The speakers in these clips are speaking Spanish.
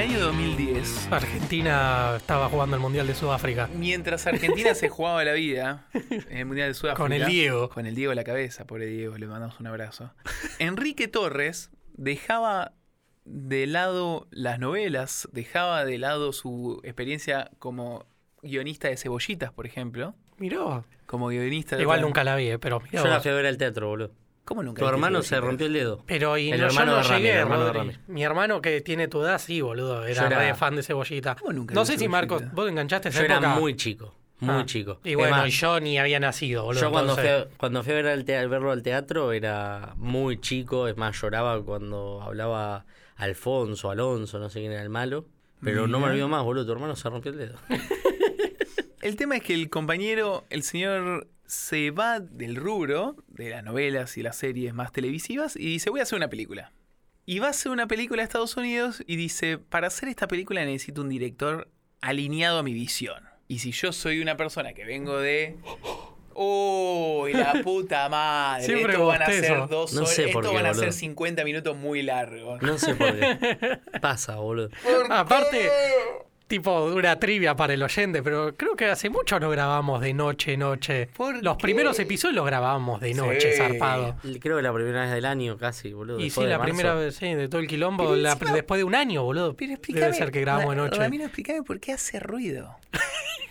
año 2010, Argentina estaba jugando el Mundial de Sudáfrica. mientras Argentina se jugaba la vida en el Mundial de Sudáfrica. Con el Diego. Con el Diego a la cabeza, pobre Diego, le mandamos un abrazo. Enrique Torres dejaba de lado las novelas, dejaba de lado su experiencia como guionista de cebollitas, por ejemplo. Miró. Como guionista de Igual otra- nunca la vi, eh, pero mirá Yo la vos. fui a ver al teatro, boludo. ¿Cómo nunca? Tu viste hermano se Cebollitas? rompió el dedo. Pero y El no, yo hermano no de Rami, llegué, el hermano de Rodri. Rami. Mi hermano que tiene tu edad, sí, boludo. Era, Yo era- re fan de Cebollita. ¿Cómo nunca no vi sé si Cebollita? Marcos, vos te enganchaste esa Yo era época? muy chico, muy Ah. chico. Y bueno, Además, yo ni había nacido, boludo. yo cuando fui, entonces- a, cuando fui a ver al te- verlo al teatro era muy chico, es más, lloraba cuando hablaba Alfonso, Alonso, no sé quién era el malo. Pero no me Mirá. olvido más, boludo, tu hermano se rompió el dedo. El tema es que el compañero, el señor, se va del rubro de las novelas y las series más televisivas y dice, voy a hacer una película. Y va a hacer una película a Estados Unidos y dice, para hacer esta película necesito un director alineado a mi visión. Y si yo soy una persona que vengo de... ¡Uy, la puta madre! Siempre Esto van a bostezo. ser dos No horas, sé por esto qué, van a ser boludo. 50 minutos muy largos. No sé por qué. Pasa, boludo. ¿Por Eh, Aparte, qué? tipo una trivia para el oyente, pero creo que hace mucho no grabamos de noche, noche. ¿Por Los qué? primeros episodios los grabamos de noche, Sí. zarpado. Creo que la primera vez del año casi, boludo. Y sí, después de la marzo. primera vez, sí, de todo el quilombo, Pero la- encima- después de un año, boludo. Pero explícame, Debe ser que grabamos de Ra- noche. Ramiro, explícame por qué hace ruido.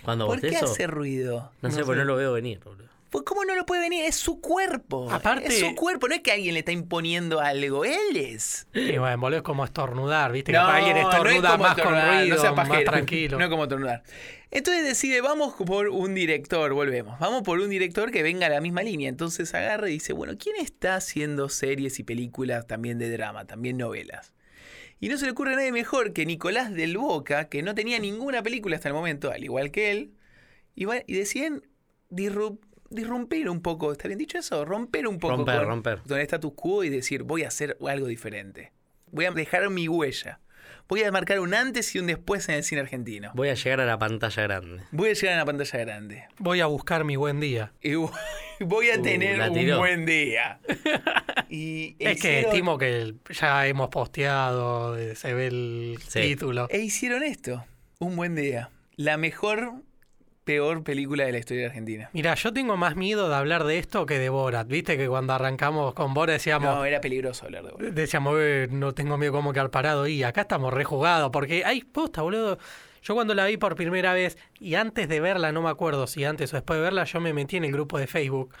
Cuando ¿Por qué bostezo, hace ruido? No sé, No pero sé. no lo veo venir, boludo. Pues, ¿Cómo no lo puede venir? Es su cuerpo. Aparte- Es su cuerpo. No es que alguien le está imponiendo algo. Él es. Y bueno, boludo, es como estornudar, ¿viste? Capaz alguien estornuda como más estornudar, con ruido, sea más pajero. tranquilo. No es como estornudar. Entonces decide, vamos por un director, volvemos. Vamos por un director que venga a la misma línea. Entonces agarra y dice, bueno, ¿quién está haciendo series y películas también de drama, también novelas? Y no se le ocurre a nadie mejor que Nicolás del Boca, que no tenía ninguna película hasta el momento, al igual que él, y, va- y deciden disrup- disrumpir un poco, ¿está bien dicho eso? Romper un poco Romper, con, romper. con el status quo y decir, voy a hacer algo diferente. Voy a dejar mi huella. Voy a marcar un antes y un después en el cine argentino. Voy a llegar a la pantalla grande. Voy a llegar a la pantalla grande. Voy a buscar mi buen día. Y voy- voy a Uh, tener la un tiró. buen día. Y e Es que hicieron- estimo que ya hemos posteado, eh, se ve el Sí. título. E hicieron esto. Un buen día. La mejor, peor película de la historia de Argentina. Mira, yo tengo más miedo de hablar de esto que de Borat. Viste que cuando arrancamos con No, Borat decíamos, era peligroso hablar de boludo. decíamos, "Eh, no tengo miedo cómo quedar parado. Y acá estamos rejugados, porque hay posta, boludo. Yo cuando la vi por primera vez, y antes de verla, no me acuerdo si antes o después de verla, yo me metí en el grupo de Facebook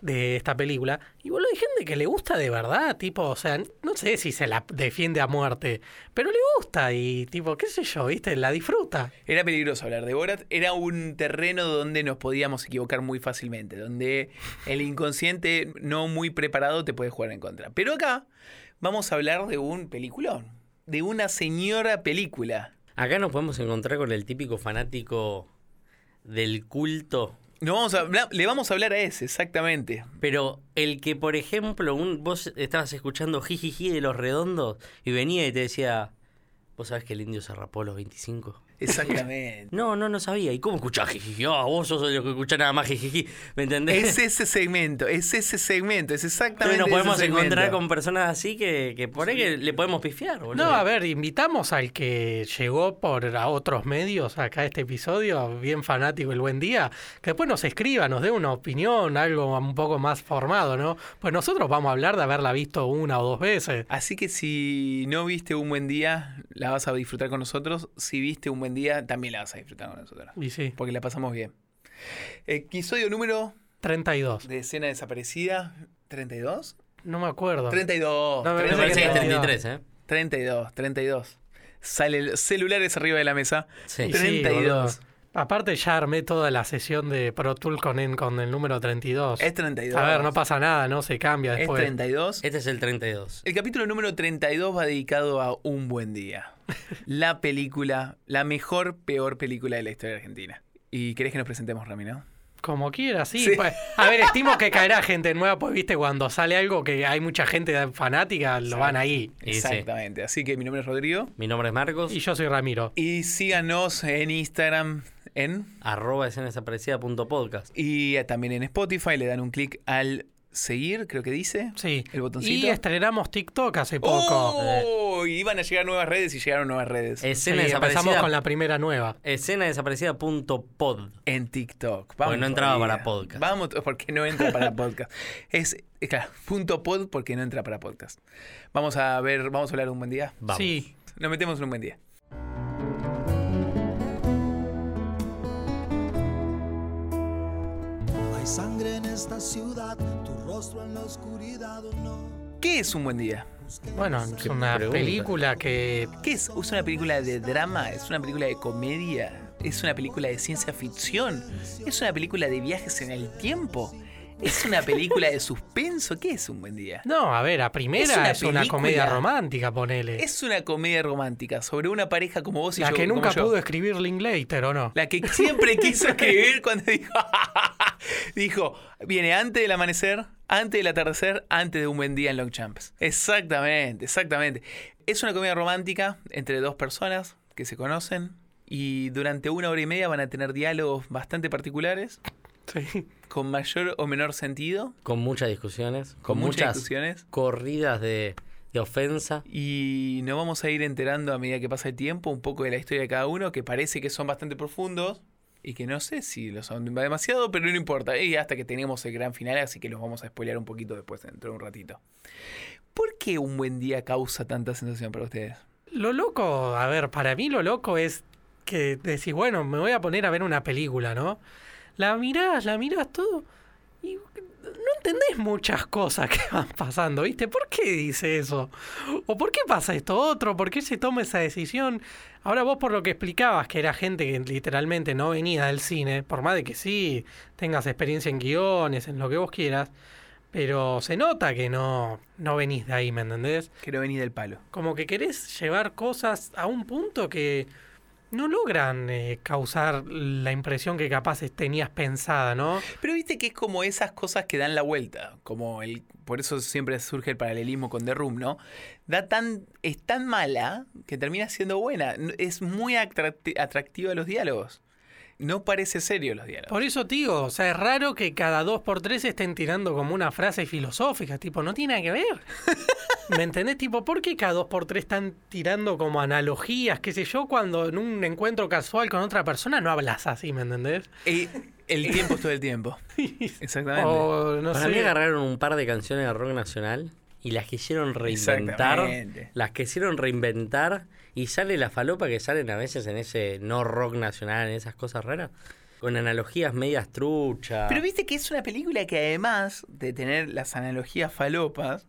de esta película. Y boludo, hay gente que le gusta de verdad, tipo, o sea, no sé si se la defiende a muerte, pero le gusta y tipo, qué sé yo, viste, la disfruta. Era peligroso hablar de Borat. Era un terreno donde nos podíamos equivocar muy fácilmente, donde el inconsciente no muy preparado te puede jugar en contra. Pero acá vamos a hablar de un peliculón, de una señora película. Acá nos podemos encontrar con el típico fanático del culto. No vamos a hablar- le vamos a hablar a ese, exactamente. Pero el que, por ejemplo, un, vos estabas escuchando Jijiji de los Redondos y venía y te decía, ¿vos sabés que el indio se rapó a los 25? Exactamente. No, no, no sabía. ¿Y cómo escuchás Jijiji? Ah, vos sos el que escuchás nada más Jijiji. ¿Me es entendés? ese segmento, es ese segmento, es exactamente. Entonces ese nos podemos segmento. encontrar con personas así que, que por ahí que le podemos pifiar, boludo. No, a ver, invitamos al que llegó por a otros medios acá a este episodio, bien fanático el buen día, que después nos escriba, nos dé una opinión, algo un poco más formado, ¿no? Pues nosotros vamos a hablar de haberla visto una o dos veces. Así que si no viste un buen día, la vas a disfrutar con nosotros. Si viste un buen día, también la vas a disfrutar con nosotros. Y sí, Porque la pasamos bien. Episodio número 32. de escena desaparecida. ¿32? No me acuerdo. 32. No, me Me 32, parece que es 32. 33, ¿eh? 32, 32. Sale el celular es arriba de la mesa. Sí. Y sí, 32. boludo. Aparte ya armé toda la sesión de Pro Tool con, en- con el número 32. Es 32. A ver, no pasa nada, ¿no? Se cambia Es después. 32. Este es el 32. El capítulo número 32 va dedicado a Un Buen Día. La película, la mejor, peor película de la historia argentina. ¿Y querés que nos presentemos, Rami, no? Como quiera, sí. Sí. pues. a ver, estimo que caerá gente nueva, pues viste, cuando sale algo que hay mucha gente fanática, lo van ahí. Y sí. Exactamente. Así que mi nombre es Rodrigo. Mi nombre es Marcos. Y yo soy Ramiro. Y síganos en Instagram, en... arroba escena desaparecida punto podcast. Y eh, también en Spotify le dan un clic al seguir, creo que dice. Sí. El botoncito. Y estrenamos TikTok hace poco. Eh, ¡Oh! como iban a llegar nuevas redes y llegaron nuevas redes. Escena Sí, empezamos desaparecida. con la primera nueva. Escena desaparecida punto pod. En TikTok. Porque no entraba todavía. para podcast. Vamos, to- porque no entra para podcast. Es, eh, claro, punto pod porque no entra para podcast. Vamos a ver, vamos a hablar un buen día. Vamos. Sí, Nos metemos en un buen día. Hay sangre en esta ciudad, tu rostro en la oscuridad o no. ¿Qué es un buen día? bueno, es una pregunta. película que ¿Qué es? ¿Es una película de drama? ¿Es una película de comedia? ¿Es una película de ciencia ficción? ¿Es una película de viajes en el tiempo? ¿Es una película de suspenso? ¿Qué es un buen día? No, a ver, a primera Es es una una, película. comedia romántica, ponele. Es una comedia romántica sobre una pareja como vos y la yo. que como nunca yo. pudo escribir Linklater, ¿o no? La que siempre quiso escribir cuando dijo. dijo, viene antes del amanecer, antes del atardecer, antes de un buen día en Longchamps. Exactamente, exactamente. Es una comedia romántica entre dos personas que se conocen y durante una hora y media van a tener diálogos bastante particulares, Sí. con mayor o menor sentido, Con muchas discusiones. Con, con muchas muchas discusiones. corridas de, de ofensa. Y nos vamos a ir enterando a medida que pasa el tiempo un poco de la historia de cada uno, que parece que son bastante profundos y que no sé si lo son demasiado, pero no importa. Y hasta que tenemos el gran final, así que los vamos a spoilear un poquito después, dentro de un ratito. ¿Por qué un buen día causa tanta sensación para ustedes? Lo loco, a ver, para mí lo loco es que decís, bueno, me voy a poner a ver una película, ¿no? La mirás, la mirás todo y no entendés muchas cosas que van pasando, ¿viste? ¿Por qué dice eso? ¿O por qué pasa esto otro? ¿Por qué se toma esa decisión? Ahora vos por lo que explicabas, que era gente que literalmente no venía del cine, por más de que sí, tengas experiencia en guiones, en lo que vos quieras, pero se nota que no, no venís de ahí, ¿me entendés? Que no venís del palo. como que querés llevar cosas a un punto que no logran eh, causar la impresión que capaz tenías pensada, ¿no? Pero viste que es como esas cosas que dan la vuelta, como el, por eso siempre surge el paralelismo con The Room, ¿no? Da tan, es tan mala que termina siendo buena. N- Es muy atracti- atractiva los diálogos. No parece serio los diálogos. Por eso, tío, o sea, es raro que cada dos por tres estén tirando como una frase filosófica, tipo, no tiene nada que ver. ¿Me entendés? Tipo, ¿por qué cada dos por tres están tirando como analogías, qué sé yo, cuando en un encuentro casual con otra persona no hablas así, ¿me entendés? Eh, el tiempo es todo el tiempo. Exactamente. O no Para sé. mí agarraron un par de canciones de rock nacional y las quisieron reinventar. Exactamente. Las quisieron reinventar y sale la falopa que salen a veces en ese no rock nacional, en esas cosas raras. Con analogías medias truchas. Pero viste que es una película que además de tener las analogías falopas,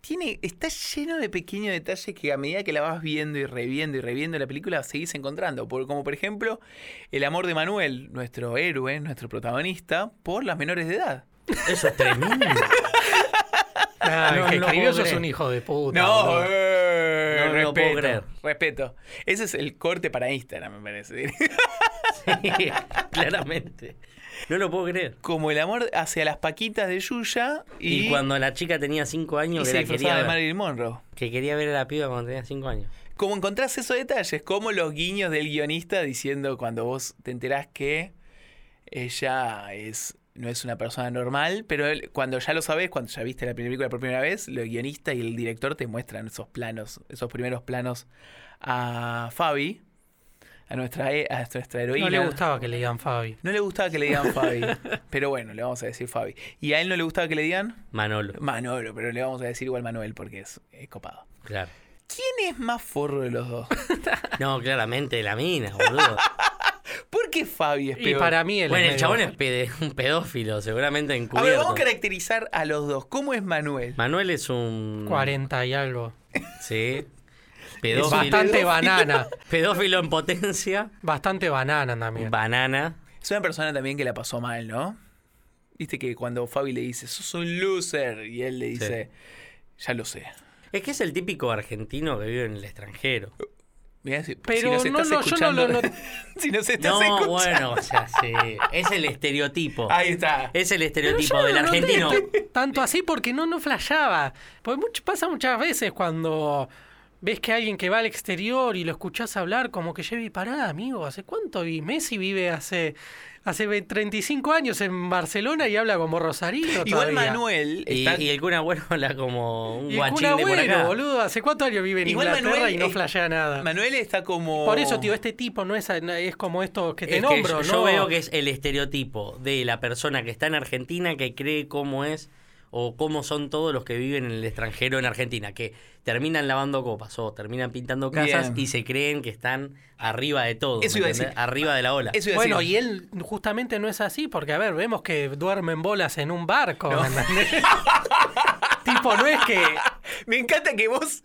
tiene, está lleno de pequeños detalles que a medida que la vas viendo y reviendo y reviendo la película seguís encontrando. Por- como por ejemplo, el amor de Manuel, nuestro héroe, nuestro protagonista, por las menores de edad. Eso es tremendo. Ah, el No, que escribió no puedo eso es creer. un hijo de puta. no, boludo. eh, No, no respeto, lo puedo creer. respeto. Ese es el corte para Instagram, me parece. Sí, claramente. No lo puedo creer. Como el amor hacia las paquitas de Yuya y, Y, cuando la chica tenía 5 y años, se que, la disfrazaba quería de ver, Marilyn Monroe. que quería ver a la piba cuando tenía 5 años. Como encontrás esos detalles, como los guiños del guionista diciendo cuando vos te enterás que ella es no es una persona normal, pero él- cuando ya lo sabés, cuando ya viste la película por primera vez, los guionistas y el director te muestran esos planos, esos primeros planos a Fabi, a nuestra, he- a nuestra heroína. no le gustaba que le digan Fabi. No le gustaba que le digan Fabi, pero bueno, le vamos a decir Fabi. ¿Y a él no le gustaba que le digan? Manolo, Manolo, pero le vamos a decir igual Manuel porque es, es copado. claro. ¿Quién es más forro de los dos? No, claramente la mina, boludo. ¿Por qué Fabi es Y peor? para mí él Bueno, es el medio- chabón es pede- un pedófilo, seguramente a encubierto. ver, vamos a caracterizar a los dos. ¿Cómo es Manuel? Manuel es un... 40 y algo. Sí. Es Pedófilo, Bastante banana. pedófilo en potencia. Bastante banana también. Banana. Es una persona también que la pasó mal, ¿no? Viste que cuando Fabi le dice, sos un loser, y él le dice, ya lo sé. Es que es el típico argentino que vive en el extranjero. Mirá, si, Pero si nos no, estás no, yo no escuchando. lo- no- si nos estás No, escuchando. bueno, o sea, sí. Es el estereotipo. Ahí está. Es el Pero yo estereotipo no del lo noté argentino. t- Tanto así porque no, no flashaba. Porque mucho- pasa muchas veces cuando ves que alguien que va al exterior y lo escuchás hablar como que lleve parada, amigo. ¿Hace cuánto vi? Messi vive hace hace ve- 35 años en Barcelona y habla como Rosarino. Igual todavía. Manuel Y, está y el Kun Agüero habla como un Y el guachín Kun de por Agüero, acá. boludo. ¿Hace cuántos años vive en Igual Inglaterra Manuel y no es- flashea nada? Manuel está como Por eso, tío, este tipo no es, es como estos que te Oh. Es que nombro, yo, ¿no? yo veo que es el estereotipo de la persona que está en Argentina que cree cómo es o cómo son todos los que viven en el extranjero en Argentina, que terminan lavando copas o terminan pintando casas Bien. y se creen que están arriba de todo, Eso ¿me iba a entendés? decir. arriba de la ola. Eso iba a Bueno, decir. y él justamente no es así, porque a ver, vemos que duermen bolas en un barco. No. ¿entendés? tipo, no es que. Me encanta que vos.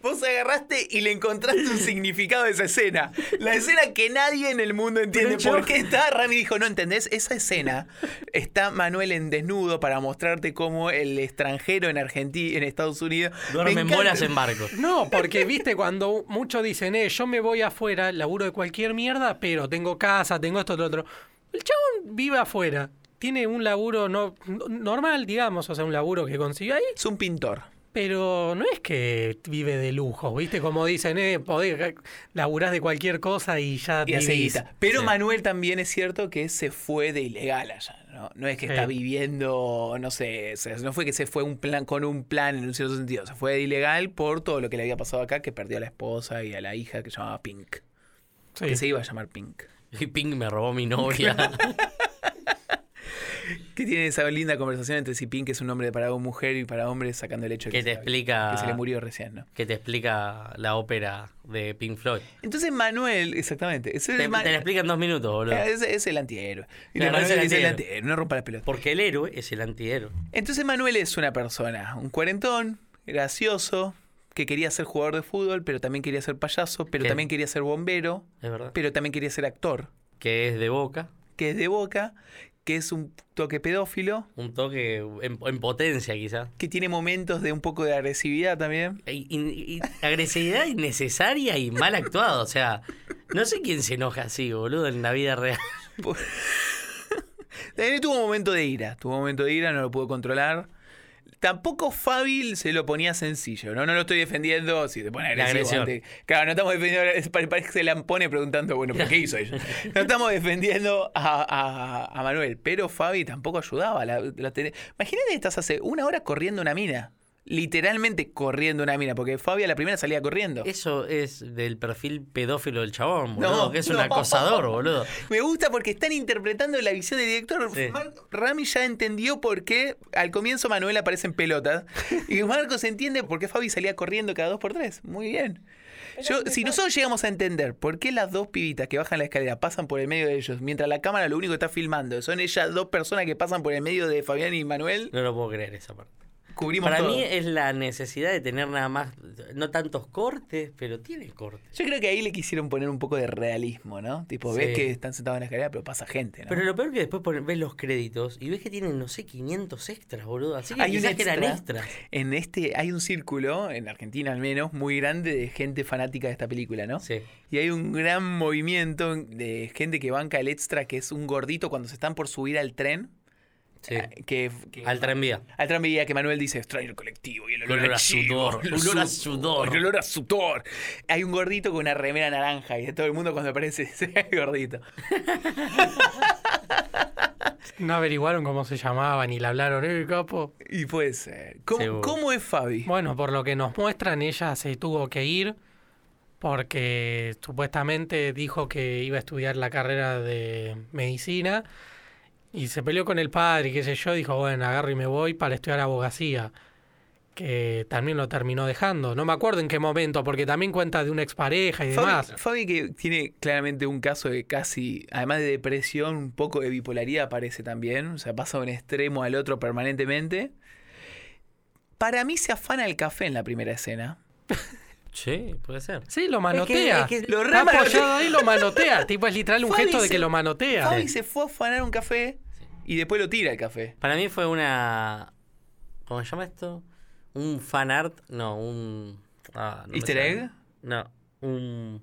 vos agarraste y le encontraste un significado a esa escena. La escena que nadie en el mundo entiende. Pero yo- ¿Por qué está? Rami dijo: No entendés, esa escena está Manuel en desnudo para mostrarte cómo el extranjero en Argentina, en Estados Unidos. me Duermen encanta. bolas en barco. No, porque viste, cuando muchos dicen, eh, yo me voy afuera, laburo de cualquier mierda, pero tengo casa, tengo esto, lo otro. El chabón vive afuera. Tiene un laburo no, no- normal, digamos, o sea, un laburo que consiguió ahí, Es un pintor. pero no es que vive de lujo, ¿viste? Como dicen, eh, podés, laburás de cualquier cosa y ya Y hace vivís. guita. Pero Sí. Manuel también es cierto que se fue de ilegal allá, ¿no? No es que está Sí. viviendo, no sé, o sea, no fue que se fue un plan con un plan en un cierto sentido, se fue de ilegal por todo lo que le había pasado acá, que perdió a la esposa y a la hija que se llamaba Pink, Sí. que se iba a llamar Pink. Y Pink me robó mi novia. Que tiene esa linda conversación entre si Pink es un hombre para una mujer y para hombres sacando el hecho de que te se- explica que se le murió recién, ¿no? que te explica la ópera de Pink Floyd. Entonces Manuel, exactamente, es el, Te, ma- Eh, te la explica en dos minutos, boludo. es, es el antihéroe. Y Claro, Manuel es el dice, el antihéroe. antihéroe, no rompa la pelota. Porque el héroe es el antihéroe. Entonces Manuel es una persona, un cuarentón, gracioso, que quería ser jugador de fútbol, pero también quería ser payaso, pero ¿Qué? también quería ser bombero, Es verdad. pero también quería ser actor, Que es de boca. que es de boca, que es un toque pedófilo, Un toque en, en potencia, quizás. que tiene momentos de un poco de agresividad también. Y- y- y agresividad innecesaria y mal actuado. O sea, no sé quién se enoja así, boludo, en la vida real. También tuvo un momento de ira, tuvo un momento de ira, no lo pudo controlar. Tampoco Fabi se lo ponía sencillo, ¿no? No lo estoy defendiendo si te pone La agresivo. agresión. ante- Claro, no estamos defendiendo, pare- parece que se la pone preguntando, bueno, ¿por qué hizo ella? No estamos defendiendo a, a- a Manuel, pero Fabi tampoco ayudaba. La, la ten- Imagínate que estás hace una hora corriendo una mina. Literalmente corriendo una mina, porque Fabi a la primera salía corriendo. Eso es del perfil pedófilo del chabón, boludo, No, que es un no. acosador, boludo. Me gusta porque están interpretando la visión del director. Sí. Mar- Rami ya entendió por qué al comienzo Manuel aparece en pelotas. Y Marcos entiende por qué Fabi salía corriendo cada dos por tres. Muy bien. Yo, si nosotros llegamos a entender por qué las dos pibitas que bajan la escalera pasan por el medio de ellos, mientras la cámara lo único que está filmando son ellas dos personas que pasan por el medio de Fabián y Manuel, No lo puedo creer esa parte. cubrimos Para todo. mí eh, es la necesidad de tener nada más, no tantos cortes, pero tiene cortes. Yo creo que ahí le quisieron poner un poco de realismo, ¿no? Tipo, ves Sí. que están sentados en la escalera, pero pasa gente, ¿no? Pero lo peor que después ponen- ves los créditos y ves que tienen, no sé, 500 extras, boludo. Así que Hay un quizás que eran extra. extras. En este hay un círculo, en Argentina al menos, muy grande de gente fanática de esta película, ¿no? Sí. Y hay un gran movimiento de gente que banca el extra, que es un gordito cuando se están por subir al tren. Sí. eh, Que, que- Al tranvía. Al tren veía que Manuel dice, extraño el colectivo y el olor, Olor a chivo, sudor, el su- olor a sudor, el olor a sudor. Hay un gordito con una remera naranja y todo el mundo cuando aparece dice, "El gordito. No averiguaron cómo se llamaban y le hablaron, eh, capo. Y puede ser. ¿Cómo, Seguro. cómo es Fabi? Bueno, por lo que nos muestran, ella se tuvo que ir porque supuestamente dijo que iba a estudiar la carrera de medicina y se peleó con el padre, y qué sé yo, dijo, bueno, agarro y me voy para estudiar abogacía, que también lo terminó dejando. No me acuerdo en qué momento, porque también cuenta de una expareja y Eh, Fabi, demás. Fabi que tiene claramente un caso de casi, además de depresión, un poco de bipolaridad parece también, o sea, pasa de un extremo al otro permanentemente. Para mí se afana el café en la primera escena. Sí, puede ser. Sí, lo manotea. es que lo Está remanotea. apoyado ahí, lo manotea. tipo, es literal un Fabi gesto de se- que lo manotea. Fabi se fue a afanar un café Sí. y después lo tira el café. Para mí fue una. ¿Cómo se llama esto? Un fan art. No, un. ah, no me ¿Easter sale. egg? No, un.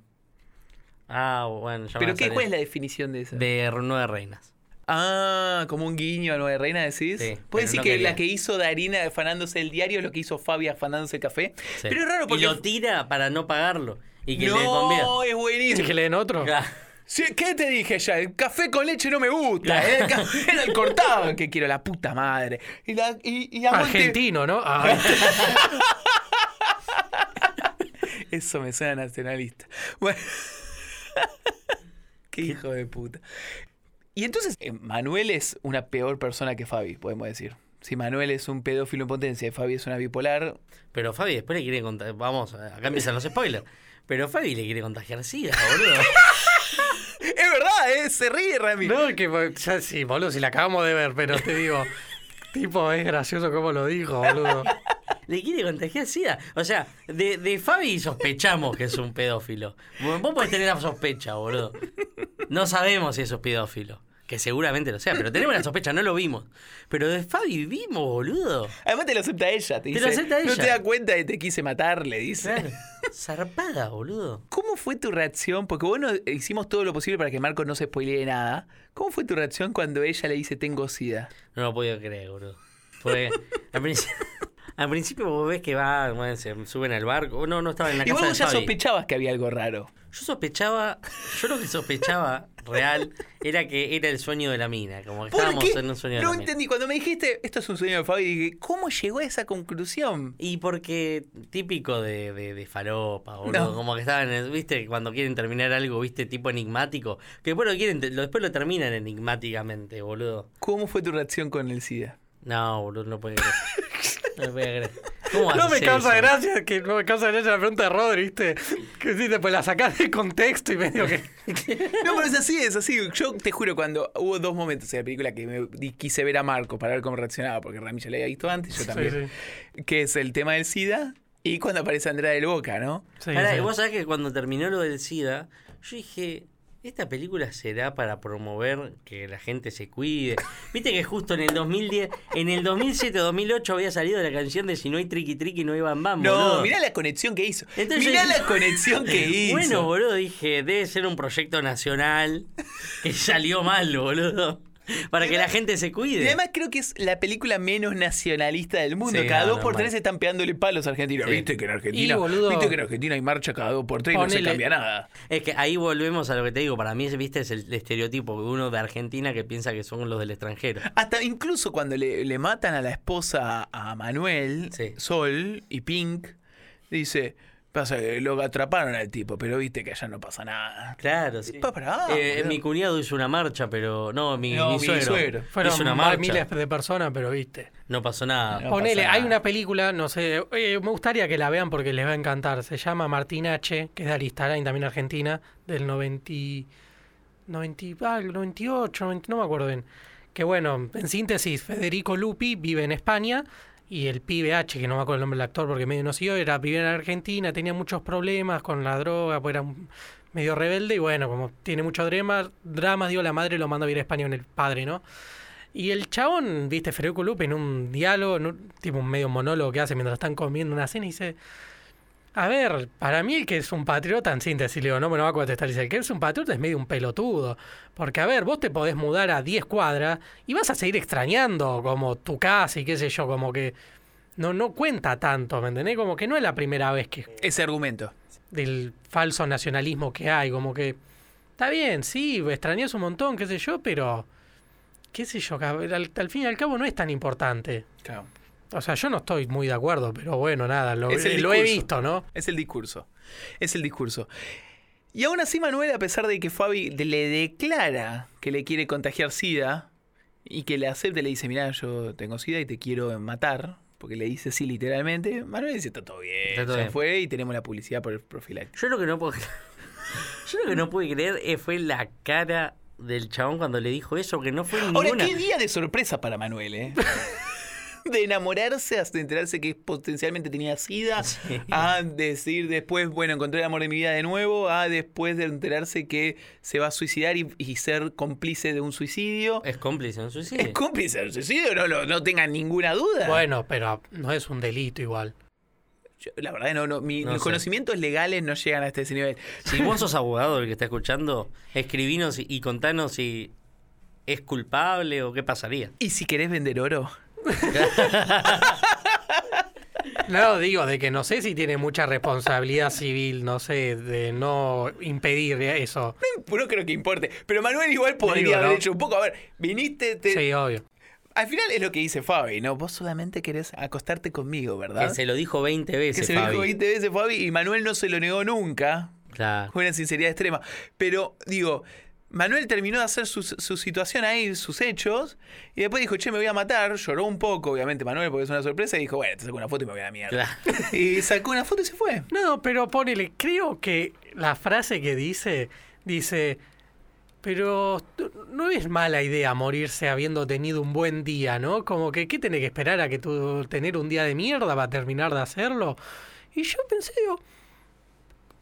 Ah, bueno, ya me ¿Pero qué, salió. cuál es la definición de eso? De Nueve Reinas. Ah, como un guiño a Nueva Reina, decís. Sí, pero Puede decir no que quería. la que hizo Darina afanándose el diario es lo que hizo Fabi afanándose el café. Sí. Pero es raro porque. Y lo tira para no pagarlo. Y que le convida. no, es buenísimo. Y que le den otro. Claro. Sí, ¿Qué te dije ya? El café con leche no me gusta. Era el café era el cortado que quiero, la puta madre. Y la, y, y aguante- Argentino, ¿no? Ah, Eso me suena nacionalista. Bueno. Qué hijo de puta. Y entonces, eh, Manuel es una peor persona que Fabi, podemos decir. Si Manuel es un pedófilo en potencia y Fabi es una bipolar, Pero Fabi después le quiere contagiar. Vamos, acá empiezan los spoilers. Pero Fabi le quiere contagiar SIDA, boludo. Es verdad, eh, se ríe Rami. no, que ya sí, boludo, si la acabamos de ver, pero te digo, tipo, es gracioso como lo dijo, boludo. Le quiere contagiar SIDA. O sea, de, de Fabi sospechamos que es un pedófilo. Vos vos podés tener la sospecha, boludo. No sabemos si es un pedófilo. Que seguramente lo sea, pero tenemos la sospecha, no lo vimos. Pero de Fabi vimos, boludo. Además te lo acepta ella, te Te dice. lo acepta No ella". te da cuenta que te quise matar, le dice. Claro. Zarpada, boludo. ¿Cómo fue tu reacción? Porque bueno, hicimos todo lo posible para que Marco no se spoilee nada. ¿Cómo fue tu reacción cuando ella le dice tengo sida? No lo podía creer, boludo. Fue. Al principio, al principio vos ves que va, bueno, se suben al barco. No, no estaba en la y casa de vos ya Fabi. sospechabas que había algo raro. Yo sospechaba, yo lo que sospechaba real era que era el sueño de la mina, como que ¿Por estábamos qué? en un sueño de no la mina. entendí. Cuando me dijiste esto es un sueño de Fabi, dije, ¿cómo llegó a esa conclusión? Y porque típico de, de, de falopa, boludo, No. como que estaban, en- viste, cuando quieren terminar algo, viste, tipo enigmático, que después lo quieren, te- lo- después lo terminan enigmáticamente, boludo. ¿Cómo fue tu reacción con el sida? No, boludo, no puede creer. No lo puede creer. ¿Cómo vas a No me hacer causa eso? gracia, que no me causa gracia la pregunta de Rodri, ¿viste? Que sí, después la sacás de contexto y medio que. No, pero es así, es así. Yo te juro, cuando hubo dos momentos en la película que me di- quise ver a Marco para ver cómo reaccionaba, porque Rami ya la había visto antes, yo también, que es el tema del SIDA y cuando aparece Andrea del Boca, ¿no? Sí, Pará, sí. Vos sabés que cuando terminó lo del SIDA, yo dije, esta película será para promover que la gente se cuide. Viste que justo en el 2010, en el 2007-2008 había salido la canción de Si no hay triqui triqui no hay bam bam, No, boludo. mirá la conexión que hizo. Entonces mirá yo- la conexión que hizo. Bueno, boludo, dije, debe ser un proyecto nacional que salió mal, boludo. Para que la gente se y cuide. además creo que es la película menos nacionalista del mundo. Sí, cada no, dos por normal. tres están pegándole palos a Argentina. Sí. Viste que en Argentina. Y, boludo, Viste que en Argentina hay marcha cada dos por tres y no se ponele- cambia nada. Es que ahí volvemos a lo que te digo. Para mí, viste, es el estereotipo de uno de Argentina que piensa que son los del extranjero. Hasta incluso cuando le, le matan a la esposa a Manuel, Sí. Sol y Pink, dice, pasa que lo atraparon al tipo, pero viste que allá no pasa nada. Claro, sí. Pa, pará, Eh, boludo. mi cuñado hizo una marcha, pero. No, mi, Ah, No, mi mi suegro. suegro. Fueron hizo una más marcha. miles de personas, pero viste. No pasó nada. No. Ponele, pasa hay nada. una película, no sé, eh, me gustaría que la vean porque les va a encantar. Se llama Martín H, que es de Aristarain, también argentina, del 90, 90 ah, el 98, 90, no me acuerdo bien. Que bueno, en síntesis, Federico Lupi vive en España y el pibe H, que no me acuerdo el nombre del actor porque medio no siguió, era vivía en Argentina, tenía muchos problemas con la droga, pues era un- medio rebelde y bueno, como tiene mucho drama, dramas, digo, la madre lo manda a vivir a España con el padre, ¿no? Y el chabón, viste, Federico Lupi en un diálogo, en un, tipo un medio monólogo que hace mientras están comiendo una cena y dice, a ver, para mí el que es un patriota, en síntesis, le digo, no me lo va a contestar, dice, el que es un patriota es medio un pelotudo, porque a ver, vos te podés mudar a 10 cuadras y vas a seguir extrañando como tu casa y qué sé yo, como que no, no cuenta tanto, ¿me entendés? Como que no es la primera vez que Ese argumento. del falso nacionalismo que hay, como que está bien, sí, extrañas un montón, qué sé yo, pero qué sé yo, cab- al, al fin y al cabo no es tan importante. O sea, yo no estoy muy de acuerdo, pero bueno, nada, lo, Es el lo he discurso. visto, ¿no? Es el discurso. Es el discurso. Y aún así Manuel, a pesar de que Fabi le declara que le quiere contagiar SIDA y que le acepte, le dice, mirá, yo tengo SIDA y te quiero matar, porque le dice sí literalmente, Manuel dice, está todo bien, Está todo ya bien. fue y tenemos la publicidad por el profiláctico. Yo lo que no puedo Yo lo que no pude creer eh, fue la cara del chabón cuando le dijo eso, que no fue Ahora, ninguna. qué día de sorpresa para Manuel, ¿eh? De enamorarse hasta enterarse que potencialmente tenía sida, a decir después, bueno, encontré el amor de mi vida de nuevo, a después de enterarse que se va a suicidar y, y ser cómplice de un suicidio. Es cómplice, no Es suicidio. cómplice del suicidio, no, lo- no tengan ninguna duda. Bueno, pero no es un delito igual. Yo, la verdad, no, no, mi- No mis sé. conocimientos legales no llegan hasta ese nivel. Si vos sos abogado el que está escuchando, escribinos y, y contanos si es culpable o qué pasaría. ¿Y si querés vender oro? No, digo, de que no sé si tiene mucha responsabilidad civil, no sé, de no impedir eso. No creo que importe. Pero Manuel igual podría Digo, haber ¿no? hecho un poco. A ver, viniste. te- Sí, obvio. Al final es lo que dice Fabi, ¿no? Vos solamente querés acostarte conmigo, ¿verdad? Que se lo dijo 20 que veces, se lo Fabi. dijo 20 veces Fabi y Manuel no se lo negó nunca. Claro. Fue una sinceridad extrema. Pero, digo, Manuel terminó de hacer su, su situación ahí, sus hechos, y después dijo, che, me voy a matar. Lloró un poco, obviamente, Manuel, porque es una sorpresa, y dijo, bueno, te saco una foto y me voy a la mierda. Y sacó una foto y se fue. No, pero ponele, creo que la frase que dice, dice, pero t- no es mala idea morirse habiendo tenido un buen día, ¿no? Como que, ¿qué tenés que esperar a que tú tener un día de mierda para terminar de hacerlo? Y yo pensé, digo,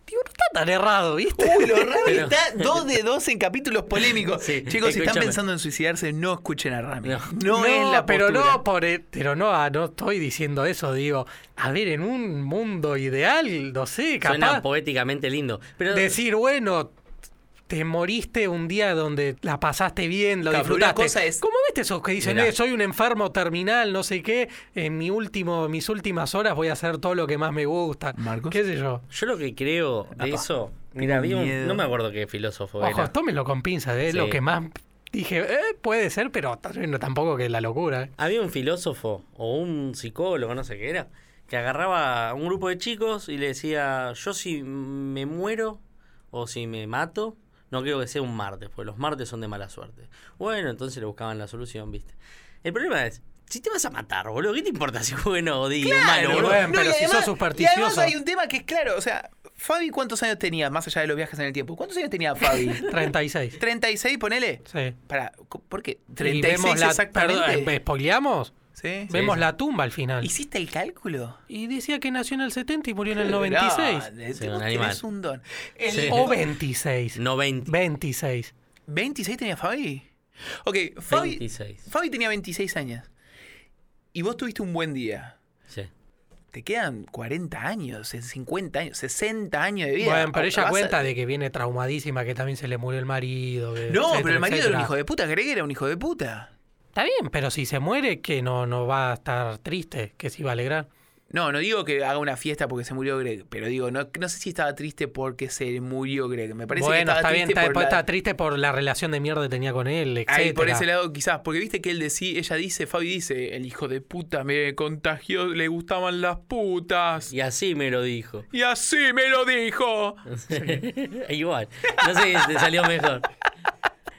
digo, no está tan errado, ¿viste? Uy, lo raro Pero- está dos de dos en capítulos polémicos. Sí, Chicos, si están escúchame. pensando en suicidarse, no escuchen a Rami. No, No. es la pero postura. no, por, e- pero no, ah, no estoy diciendo eso, digo, a ver, en un mundo ideal, no sé, capaz... Suena poéticamente lindo. Pero decir, bueno, te moriste un día donde la pasaste bien, lo Claro, pero una disfrutaste. cosa es- ¿Cómo viste esos que dicen, Mirá. "Eh, soy un enfermo terminal, no sé qué, en mi último, mis últimas horas voy a hacer todo lo que más me gusta? Marcos. ¿Qué sé yo? yo lo que creo de Apa. eso. Mira, había un- miedo. no me acuerdo qué filósofo Ojo, era. tómelo con pinzas, es Sí. lo que más dije, eh, puede ser, pero tal vez no- tampoco que la locura. eh. Había un filósofo o un psicólogo, no sé qué era, que agarraba a un grupo de chicos y le decía: Yo si me muero o si me mato, no creo que sea un martes, porque los martes son de mala suerte. Bueno, entonces le buscaban la solución, ¿viste? El problema es. Si te vas a matar, boludo, ¿qué te importa si fue bueno o día o malo, Claro, boludo? bueno, pero y si sos además- supersticioso. Y además hay un tema que es claro, o sea, Fabi, ¿cuántos años tenía? Más allá de los viajes en el tiempo. ¿Cuántos años tenía Fabi? 36. 36, ponele. Sí. Para, ¿por qué? Y 36 vemos la, exactamente. perdón, eh, ¿spoileamos? Sí. vemos sí. la tumba al final. Y, ¿Hiciste el cálculo? decía que nació en el 70 y murió en el 96. Es Sí, un animal. un don. El- Sí. O 26. No 20, 26. 26 tenía Fabi. Ok, Fabi, 26. Fabi tenía 26 años. Y vos tuviste un buen día. Sí. Te quedan 40 años, 50 años, 60 años de vida. Bueno, pero ella Vas a- cuenta de que viene traumadísima, que también se le murió el marido. que No, Eh, etcétera, pero el marido era etcétera. un hijo de puta. Greg era un hijo de puta. Está bien, pero si se muere, que no, no va a estar triste, que se va a alegrar. No, no digo que haga una fiesta porque se murió Greg, pero digo, no, no sé si estaba triste porque se murió Greg. Me parece que bueno, estaba está bien, triste está, por la- está triste por la relación de mierda que tenía con él, etcétera. Ahí, por ese lado quizás, porque viste que él decía, ella dice, Fabi dice, el hijo de puta me contagió, le gustaban las putas. Y así me lo dijo. Y así me lo dijo. Igual. No sé si te salió mejor.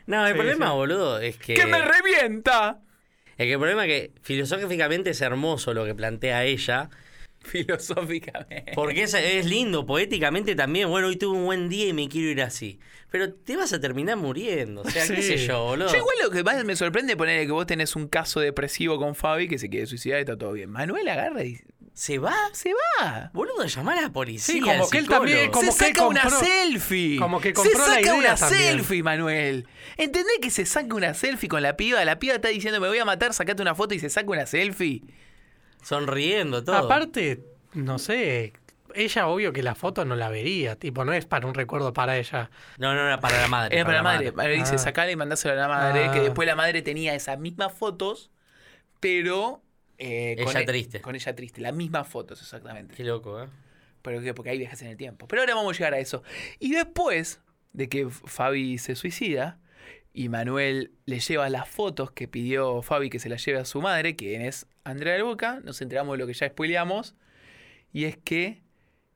No, el problema, boludo, es que. ¡Que me revienta! es que el problema es que filosóficamente es hermoso lo que plantea ella. Filosóficamente. Porque es, es lindo, poéticamente también. Bueno, hoy tuve un buen día y me quiero ir así. Pero te vas a terminar muriendo. O sea, qué Sí. sé yo, boludo. Yo igual lo que más me sorprende poner que vos tenés un caso depresivo con Fabi que se quiere suicidar y está todo bien. Manuel agarra y ¿Se va? se va. Boludo, llamar a la policía. Sí, como al que él también- psicólogo. como se que saca una compró- selfie. como que se compró la saca idea una también. selfie, Manuel. ¿Entendés que se saca una selfie con la piba? La piba está diciendo, me voy a matar, sacate una foto y se saca una selfie. Sonriendo, todo. Aparte, no sé, ella obvio que la foto no la vería, tipo, no es para un recuerdo para ella. No, no, era para la madre. Era para la madre. Madre dice, Ah. sacala y mandásela a la madre. Ah. Que después la madre tenía esas mismas fotos, pero... eh, con Ella e- triste. Con ella triste, las mismas fotos exactamente. Qué loco, ¿eh? Pero que porque hay viajes en el tiempo. Pero ahora vamos a llegar a eso. Y después de que F- Fabi se suicida y Manuel le lleva las fotos que pidió Fabi que se las lleve a su madre, quien es Andrea del Boca, nos enteramos de lo que ya spoileamos. Y es que.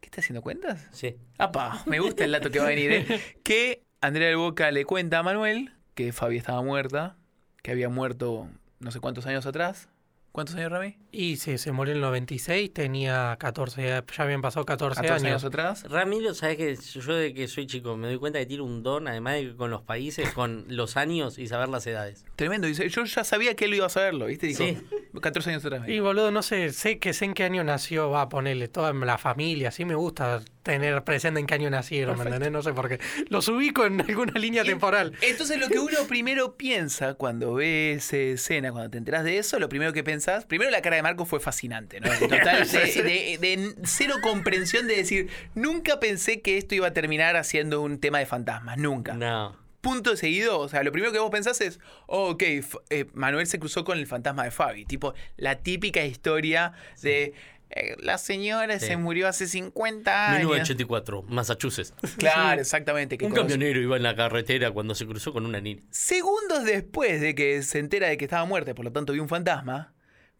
¿Qué está haciendo cuentas? Sí. ¡Apa! Me gusta el dato que va a venir, ¿eh? Que Andrea del Boca le cuenta a Manuel que Fabi estaba muerta, que había muerto no sé cuántos años atrás. ¿Cuántos años, Rami? Y si se murió en el 96, tenía 14, ya habían pasado 14, 14 años. años atrás. Ramiro, sabes que yo de que soy chico me doy cuenta que tiene un don, además de que con los países, con los años y saber las edades. Tremendo. Dice, yo ya sabía que él iba a saberlo, ¿viste? Dijo, Sí. 14 años atrás. me Y dijo. boludo, no sé, sé que sé en qué año nació, va a ponerle toda la familia, sí me gusta tener presente en qué año nacieron, ¿me entendés? No sé por qué. Los ubico en alguna línea temporal. Entonces lo que uno primero piensa cuando ve esa escena, cuando te enterás de eso, lo primero que pensás, primero la cara de Marco fue fascinante, ¿no? Total, de, de- de cero comprensión de decir, nunca pensé que esto iba a terminar haciendo un tema de fantasmas, nunca. No. Punto seguido, o sea, lo primero que vos pensás es, oh, ok, F- eh, Manuel se cruzó con el fantasma de Fabi, tipo la típica historia de... eh, la señora Sí. se murió hace 50 años. 1984, Massachusetts. Claro, exactamente. que Un conoció- camionero iba en la carretera cuando se cruzó con una niña. Segundos después de que se entera de que estaba muerta, por lo tanto vio un fantasma,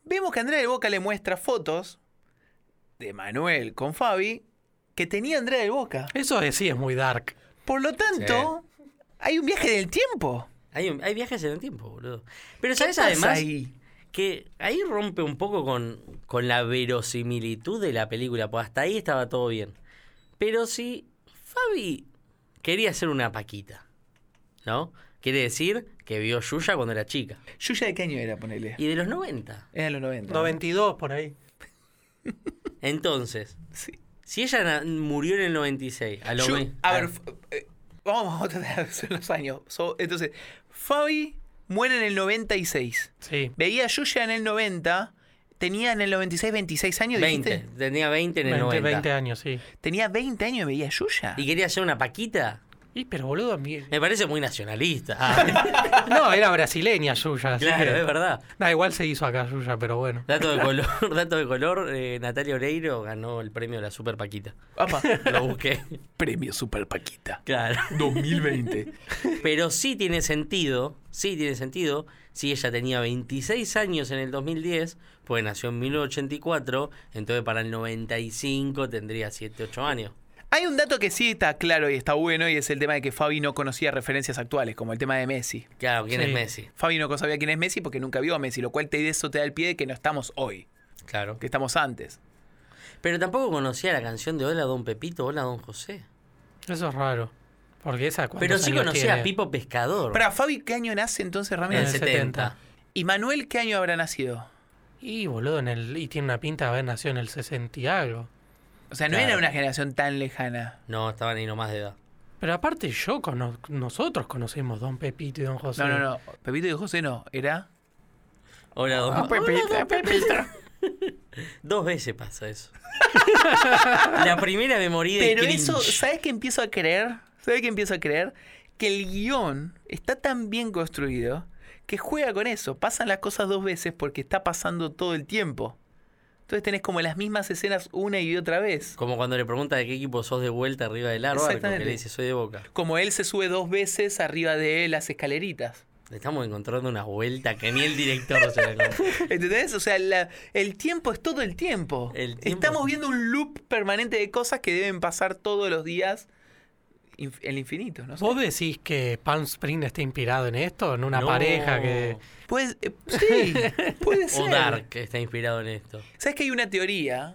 vemos que Andrea del Boca le muestra fotos de Manuel con Fabi que tenía Andrea del Boca. Eso es- sí es muy dark. Por lo tanto, hay un viaje del tiempo. Hay, un- hay viajes en el tiempo, boludo. Pero ¿Qué sabes pasa además ahí? que ahí rompe un poco con, con la verosimilitud de la película, pues hasta ahí estaba todo bien. Pero si Fabi quería ser una paquita, ¿no? Quiere decir que vio Yuya cuando era chica. Yuya de qué año era, ponele. Y de los 90. Era en los 90. ¿no? 92 por ahí. Entonces, Sí. si ella na- murió en el 96, a lo Ah. Yo- me- a ver, f- eh, vamos a tratar de hacer los años. So, entonces, Fabi muere en el 96. Sí. Veía a Yuya en el 90. Tenía en el 96 26 años, 20, dijiste. tenía 20 en el 20, 90. 20 años, sí. Tenía 20 años y veía a Yuya. Y quería ser una paquita. Y pero boludo, mi- Me parece muy nacionalista. Ah, no, era brasileña Yuya. así claro, que- es verdad. Da igual se hizo acá Yuya, pero bueno. Dato de color, dato de color eh, Natalia Oreiro ganó el premio de la Super Paquita. Apa. Lo busqué. Premio Super Paquita. Claro. 2020. Pero sí tiene sentido, sí tiene sentido, si ella tenía 26 años en el 2010, pues nació en 1984, entonces para el 95 tendría 7, 8 años. Hay un dato que sí está claro y está bueno y es el tema de que Fabi no conocía referencias actuales, como el tema de Messi. Claro, ¿quién Sí. es Messi? Fabi no sabía quién es Messi porque nunca vio a Messi, lo cual te, eso te da el pie de que no estamos hoy, Claro. que estamos antes. Pero tampoco conocía la canción de Hola Don Pepito, Hola Don José. Eso es raro. Porque esa Pero cuántos sí años conocía tiene? a Pipo Pescador. Para Fabi, ¿qué año nace entonces en el Ramírez? Eh. 70. ¿Y Manuel qué año habrá nacido? Y boludo, en el, y tiene una pinta de haber nacido en el 60 y algo. O sea, no Claro. era una generación tan lejana. No, estaban ahí nomás de edad. Pero aparte yo, cono- nosotros conocemos Don Pepito y Don José. No, no, no. Pepito y José no, era. Hola Don Ah, Pepito, Pepito. Dos veces pasa eso. la primera me morí de Pero cringe. eso, ¿sabes qué empiezo a creer? ¿Sabes qué empiezo a creer? Que el guión está tan bien construido que juega con eso. Pasan las cosas dos veces porque está pasando todo el tiempo. Entonces tenés como las mismas escenas una y otra vez. Como cuando le pregunta de qué equipo sos de vuelta arriba del árbol, que Exactamente. le dice soy de Boca. Como él se sube dos veces arriba de las escaleritas. Le Estamos encontrando una vuelta que ni el director se la encontró. ¿Entendés? O sea, la- el tiempo es todo el tiempo. El tiempo. Estamos viendo un loop permanente de cosas que deben pasar todos los días inf- el infinito, ¿no? sé. ¿Vos decís que Palm Spring está inspirado en esto? ¿En una No. pareja que...? Puede- eh, sí, puede ser. O Dark está inspirado en esto. ¿Sabes que hay una teoría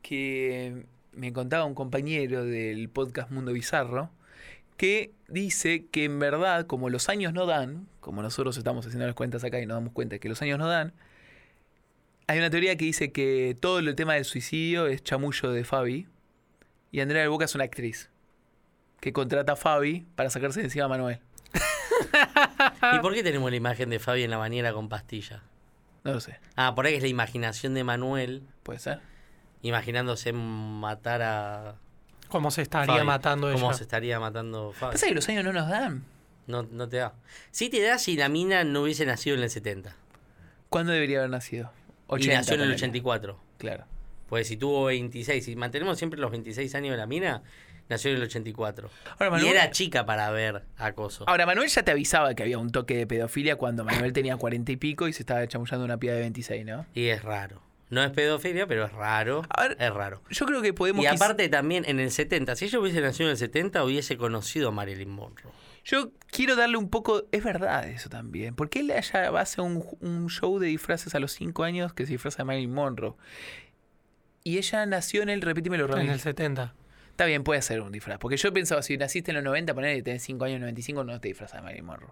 que me contaba un compañero del podcast Mundo Bizarro? Que dice que en verdad, como los años no dan, como nosotros estamos haciendo las cuentas acá y nos damos cuenta que los años no dan, hay una teoría que dice que todo el tema del suicidio es chamullo de Fabi y Andrea del Boca es una actriz que contrata a Fabi para sacarse de encima a Manuel. ¿Y por qué tenemos la imagen de Fabi en la bañera con pastilla? No lo sé, Ah, por ahí es la imaginación de Manuel puede ser. imaginándose matar a. ¿Cómo se estaría Fabi. matando ¿Cómo ella? se estaría matando Fabi? Pasa que los años no nos dan. No, no te da. Sí te da si la mina no hubiese nacido en el 70. ¿Cuándo debería haber nacido? 80, y nació en el ponele. 84. Claro. Pues si tuvo 26, si mantenemos siempre los 26 años de la mina, nació en el 84. Ahora, Manuel- y era chica para ver acoso. Ahora, Manuel ya te avisaba que había un toque de pedofilia cuando Manuel tenía cuarenta y pico y se estaba chamullando una piba de 26, ¿no? Y es raro. No es pedofilia, pero es raro. A ver, es raro. Yo creo que podemos... Y quiz- aparte también en el 70, si ella hubiese nacido en el 70, hubiese conocido a Marilyn Monroe. Yo quiero darle un poco... Es verdad eso también. Porque él allá hace un, un show de disfraces a los cinco años que se disfraza de Marilyn Monroe. Y ella nació en el... Repetímelo, Robin. En el 70. Está bien, puede ser un disfraz. Porque yo pensaba, si naciste en los 90, poner que tenés 5 años, 95, no te disfrazas de Marilyn Monroe.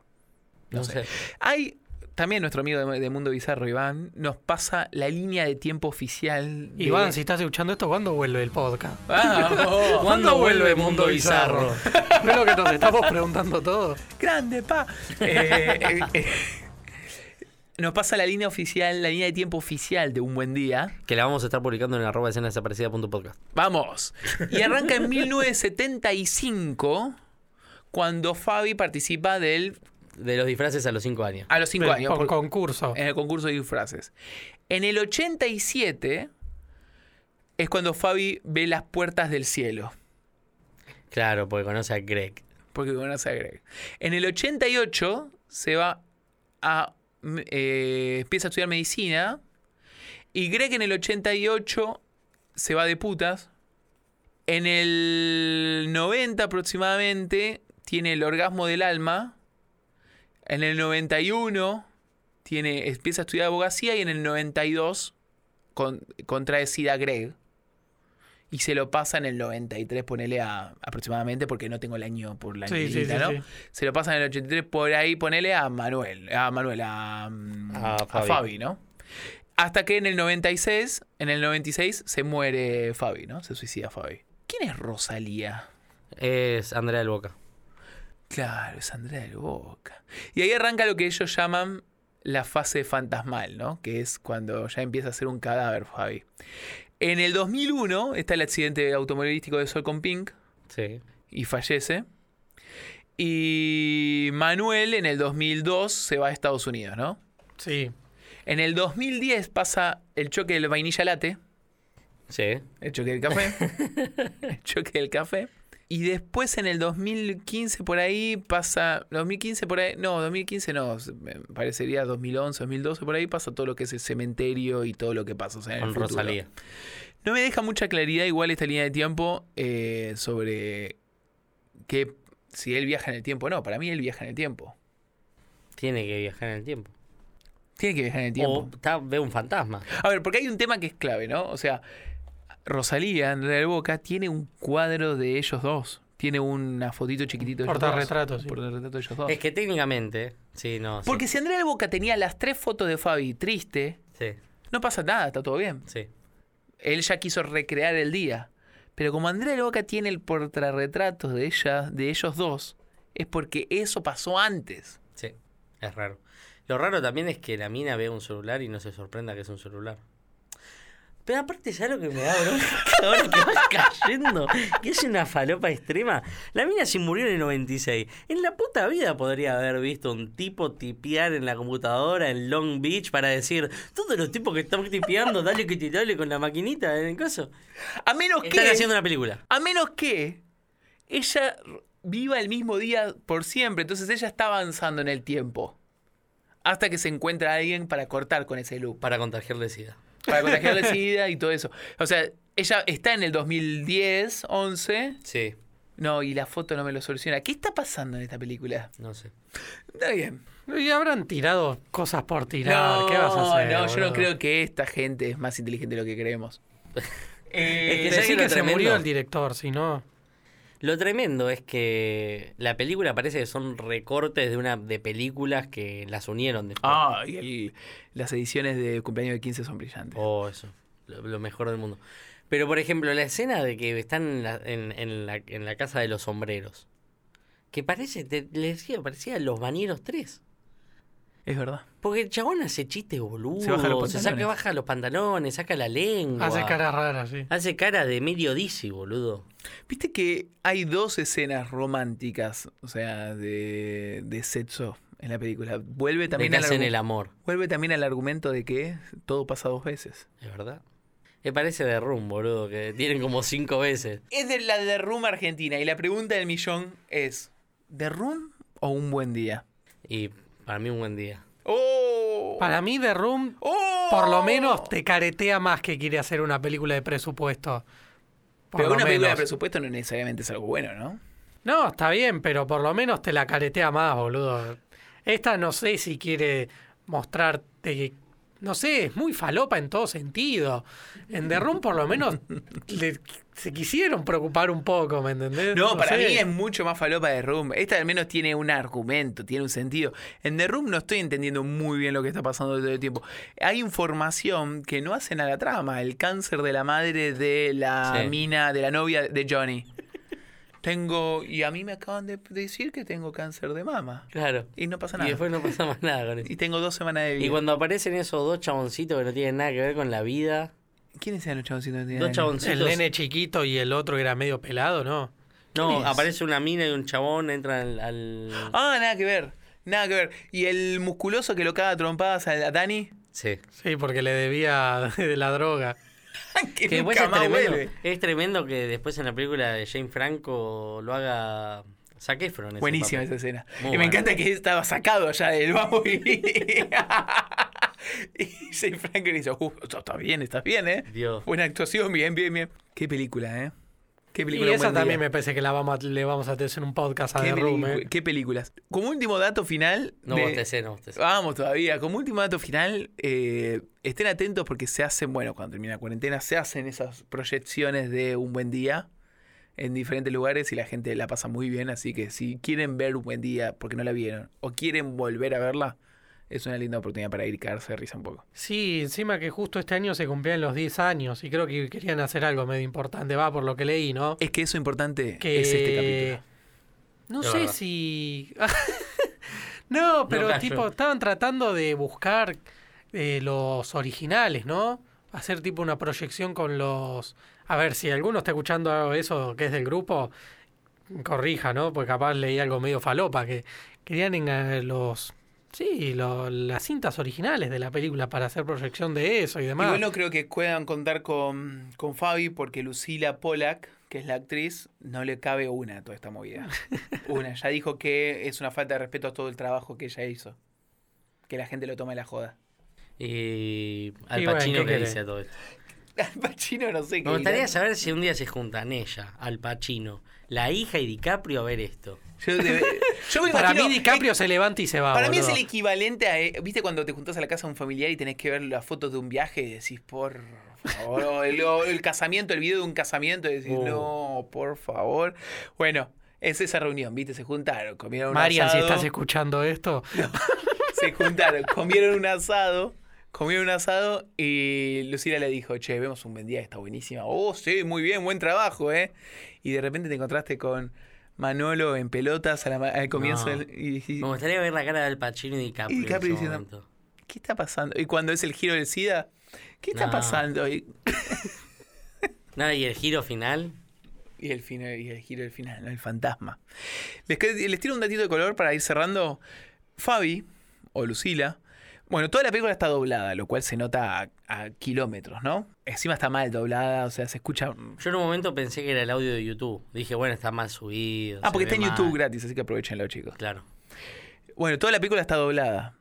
No, No sé. Hay... También nuestro amigo de, de Mundo Bizarro, Iván, nos pasa la línea de tiempo oficial. de- Iván, si estás escuchando esto, ¿cuándo vuelve el podcast? Vamos. ¿Cuándo vuelve Mundo Bizarro? es lo que nos estamos preguntando todos. Grande, pa. Eh, eh, eh. Nos pasa la línea oficial, la línea de tiempo oficial de Un Buen Día. Que la vamos a estar publicando en arroba escena desaparecida punto podcast. Vamos. Y arranca en 1975, cuando Fabi participa del. De los disfraces a los 5 años. a los 5 años. Por por- Eh, concurso. en el concurso de disfraces. En el 87 es cuando Fabi ve las puertas del cielo. Claro, porque conoce a Greg. Porque conoce a Greg. En el 88 se va a. mm, eh, empieza a estudiar medicina. Y Greg en el 88 se va de putas. En el 90 aproximadamente tiene el orgasmo del alma. En el 91 tiene, empieza a estudiar abogacía. Y en el 92 con- contrae SIDA Greg. Y se lo pasa en el 93, ponele a, aproximadamente, porque no tengo el año por la Sí, sí, angelita, sí, ¿no? sí. Se lo pasa en el 83, por ahí ponele a Manuel, a Manuel, a, mm, A a Fabi. Fabi, ¿no? Hasta que en el 96, en el 96 se muere Fabi, ¿no? Se suicida Fabi. ¿Quién es Rosalía? Es Andrea del Boca. Claro, es Andrea del Boca. Y ahí arranca lo que ellos llaman la fase fantasmal, ¿no? Que es cuando ya empieza a ser un cadáver Fabi. En el 2001 está el accidente automovilístico de Sol con Pink Sí. y fallece. Y Manuel en el 2002 se va a Estados Unidos, ¿no? Sí. En el 2010 pasa el choque del vainilla latte, Sí. el choque del café, el choque del café. Y después en el 2015 por ahí pasa, 2015 por ahí, no, 2015 no, me parecería 2011, 2012 por ahí pasa todo lo que es el cementerio y todo lo que pasa. o sea, en el Con futuro. Rosalía. No me deja mucha claridad igual esta línea de tiempo eh, sobre que si él viaja en el tiempo o no. Para mí él viaja en el tiempo. Tiene que viajar en el tiempo. Tiene que viajar en el tiempo. O está, ve un fantasma. A ver, porque hay un tema que es clave, ¿no? O sea, Rosalía, Andrea del Boca, tiene un cuadro de ellos dos. Tiene una fotito chiquitito de ellos dos. Portarretrato, sí. Portarretrato de ellos dos. Es que técnicamente. Sí, no. sí. Oh. Porque si Andrea del Boca tenía las tres fotos de Fabi triste, Sí, no pasa nada, está todo bien. sí. Él ya quiso recrear el día. Pero como Andrea del Boca tiene el portarretrato de ella, de ellos dos, es porque eso pasó antes. Sí, es raro. Lo raro también es que la mina vea un celular y no se sorprenda que es un celular. Pero aparte, ya lo que me da bronca ahora que vas cayendo, que es una falopa extrema. La mina se murió en el 96. En la puta vida podría haber visto un tipo tipear en la computadora en Long Beach para decir: Todos los tipos que están tipeando, dale que te dale con la maquinita en el caso. A menos que. Están haciendo una película. A menos que ella r- viva el mismo día por siempre. Entonces ella está avanzando en el tiempo. Hasta que se encuentra alguien para cortar con ese loop. Para contagiarle SIDA. Para contagiar la SIDA y todo eso. O sea, ella está en el 2010, 11. Sí, No, y la foto no me lo soluciona. ¿Qué está pasando en esta película? no sé. Está bien. Y habrán tirado cosas por tirar. No, ¿Qué vas a hacer? no, yo no boludo? creo que esta gente es más inteligente de lo que creemos. Eh, Es Decí que ¿sabes lo que se tremendo? murió el director, si no. Lo tremendo es que la película parece que son recortes de una de películas que las unieron después. Ah, y el- las ediciones de cumpleaños de 15 son brillantes. Oh, eso. Lo, lo mejor del mundo. Pero, por ejemplo, la escena de que están en la, en, en la, en la casa de los sombreros. Que parece, te, le decía, parecía Los Bañeros 3. Es verdad. Porque el chabón hace chistes boludo. Se baja los saca, pantalones. baja los pantalones, saca la lengua. Hace caras raras, sí. Hace cara de medio dizzy, boludo. Viste que hay dos escenas románticas, o sea, de, de sexo en la película. Vuelve también, También de al, que hacen argu- el amor. vuelve también al argumento de que todo pasa dos veces. Es verdad. Me parece de Room, boludo, que tienen como cinco veces. Es de la de Room Argentina y la pregunta del millón es, ¿de Room o un buen día? Y para mí un buen día. ¡Oh! Para mí, The Room, ¡Oh! por lo menos, te caretea más que quiere hacer una película de presupuesto. Por Pero lo una película de menos. presupuesto no necesariamente es algo bueno, ¿no? No, está bien, pero por lo menos te la caretea más, boludo. Esta no sé si quiere mostrarte que. No sé, es muy falopa en todo sentido. En The Room, por lo menos, le- se quisieron preocupar un poco, ¿me entendés? No, para sé. mí es mucho más falopa de Room. Esta al menos tiene un argumento, tiene un sentido. En The Room no estoy entendiendo muy bien lo que está pasando todo el tiempo. Hay información que no hacen a la trama. El cáncer de la madre de la Sí. mina, de la novia de Johnny. Tengo, y a mí me acaban de decir que tengo cáncer de mama. Claro. Y no pasa Y nada. después no pasa más nada con Y eso. tengo dos semanas de vida. Y cuando aparecen esos dos chaboncitos que no tienen nada que ver con la vida. ¿Quiénes eran los chaboncitos? que tenían Dos ahí? chaboncitos. El nene chiquito y el otro que era medio pelado, ¿no? no, ¿Quién es? aparece una mina y un chabón entran al. al- Ah, nada que ver. Nada que ver. Y el musculoso que lo caga a trompadas a a Dani. Sí. Sí, porque le debía de la droga. que, Que después nunca es más tremendo, vuelve. es tremendo que después en la película de Jane Franco lo haga Zac Efron. ese Buenísima papel. esa escena. Muy y me bueno. encanta que estaba sacado allá del vamos y... y Jay Franco le hizo, "Uf, estás bien, estás bien, ¿eh? Dios. Buena actuación, bien, bien, bien. Qué película, ¿eh? Qué Y película. un esa buen día. también me parece que la vamos a- le vamos a hacer un podcast a ¿Qué, The pelicu- Room. eh. qué películas? Como último dato final. No de- bostecé, no bostecé. Vamos todavía. Como último dato final, eh, estén atentos porque se hacen, bueno, cuando termina la cuarentena, se hacen esas proyecciones de un buen día en diferentes lugares y la gente la pasa muy bien. Así que si quieren ver un buen día porque no la vieron o quieren volver a verla, es una linda oportunidad para ir y caerse de risa un poco. Sí, encima que justo este año se cumplían los 10 años y creo que querían hacer algo medio importante, va, por lo que leí, ¿no? Es que eso importante Que- es este capítulo. No Es sé verdad. si... no, pero cayó. tipo, estaban tratando de buscar eh, los originales, ¿no? Hacer tipo una proyección con los... A ver, si alguno está escuchando eso que es del grupo, corrija, ¿no? Porque capaz leí algo medio falopa, que querían enga- los... Sí, lo- las cintas originales de la película para hacer proyección de eso y demás. Igual no creo que puedan contar con, con Fabi porque Lucila Polak, que es la actriz, no le cabe una a toda esta movida. Una, ya dijo que es una falta de respeto a todo el trabajo que ella hizo. Que la gente lo toma de la joda. Y Al Y bueno, Pacino ¿qué que querés? dice a todo esto. Al Pacino no sé qué. Me gustaría dirá. saber si un día se juntan ella, Al Pacino, la hija y DiCaprio a ver esto. Yo, de- yo me Para imagino- mí DiCaprio se levanta y se va. Para mí es boludo. el equivalente a. eh, ¿Viste cuando te juntás a la casa de un familiar y tenés que ver las fotos de un viaje y decís, por favor? o el, o el casamiento, el video de un casamiento y decís, Oh. no, por favor. Bueno, es esa reunión, ¿viste? Se juntaron, comieron un Marian, si asado. estás escuchando esto, Se juntaron, comieron un asado. Comieron un asado y Lucila le dijo, che, vemos un buen día, está buenísima. Oh, sí, muy bien, buen trabajo, ¿eh? Y de repente te encontraste con Manolo en pelotas a la ma- al comienzo No. del- y dijiste, Me gustaría ver la cara de Al Pacino y DiCaprio. Y DiCaprio en ese diciendo, momento. ¿qué está pasando? Y cuando es el giro del SIDA, ¿qué está No. pasando? Y, Nada, y el giro final. y el final, y el giro del final, ¿no? el fantasma. Les, que- les tiro un datito de color para ir cerrando. Fabi, o Lucila, bueno, toda la película está doblada, lo cual se nota a, a kilómetros, ¿no? Encima está mal doblada, o sea, se escucha... ah, Yo en un momento pensé que era el audio de YouTube. Dije, bueno, está mal subido. Ah, se porque ve está en mal. YouTube gratis, así que aprovechenlo, chicos. Claro. Bueno, toda la película está doblada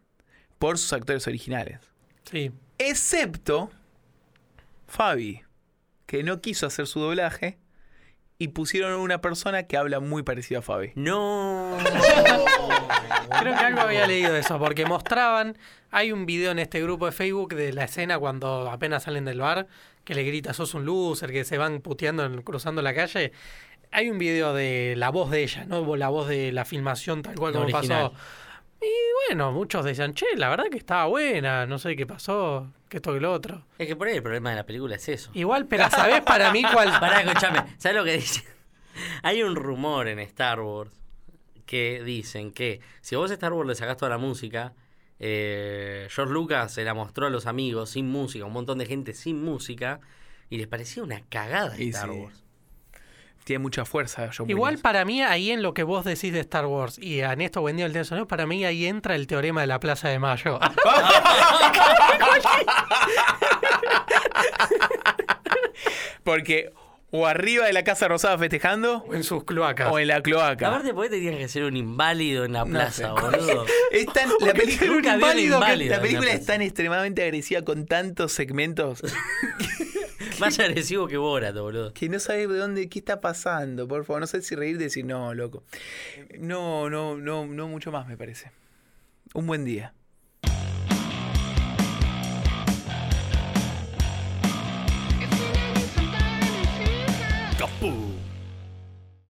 por sus actores originales. sí. Excepto Fabi, que no quiso hacer su doblaje y pusieron una persona que habla muy parecido a Fabi. No. Creo que algo había leído de eso, porque mostraban, hay un video en este grupo de Facebook de la escena cuando apenas salen del bar, que le grita, sos un loser, que se van puteando en- cruzando la calle. Hay un video de la voz de ella, ¿no? La voz de la filmación tal cual La como original. pasó. Y bueno, muchos decían, che, la verdad que estaba buena, no sé qué pasó, que esto que lo otro. Es que por ahí el problema de la película es eso. Igual, pero ¿sabés para mí cuál? Pará, escuchame. ¿Sabes lo que dicen? Hay un rumor en Star Wars que dicen que si vos a Star Wars le sacás toda la música, eh, George Lucas se la mostró a los amigos sin música, un montón de gente sin música, y les parecía una cagada Y Star sí. Wars. Tiene mucha fuerza, John Igual Williams. para mí ahí en lo que vos decís de Star Wars y en esto buen día el día sonoro, para mí ahí entra el teorema de la Plaza de Mayo. Porque o arriba de la Casa Rosada festejando o en sus cloacas. o en la cloaca. Aparte, ¿por qué tenían que ser un inválido en la No sé. plaza, boludo? Es tan- la, película, nunca había Inválido que- inválido la en película la es tan extremadamente agresiva con tantos segmentos Más agresivo que Borat, boludo. que no sabes de dónde, qué está pasando, por favor. No sé si reír, decir, no, loco. No, no, no, no mucho más, me parece. Un buen día.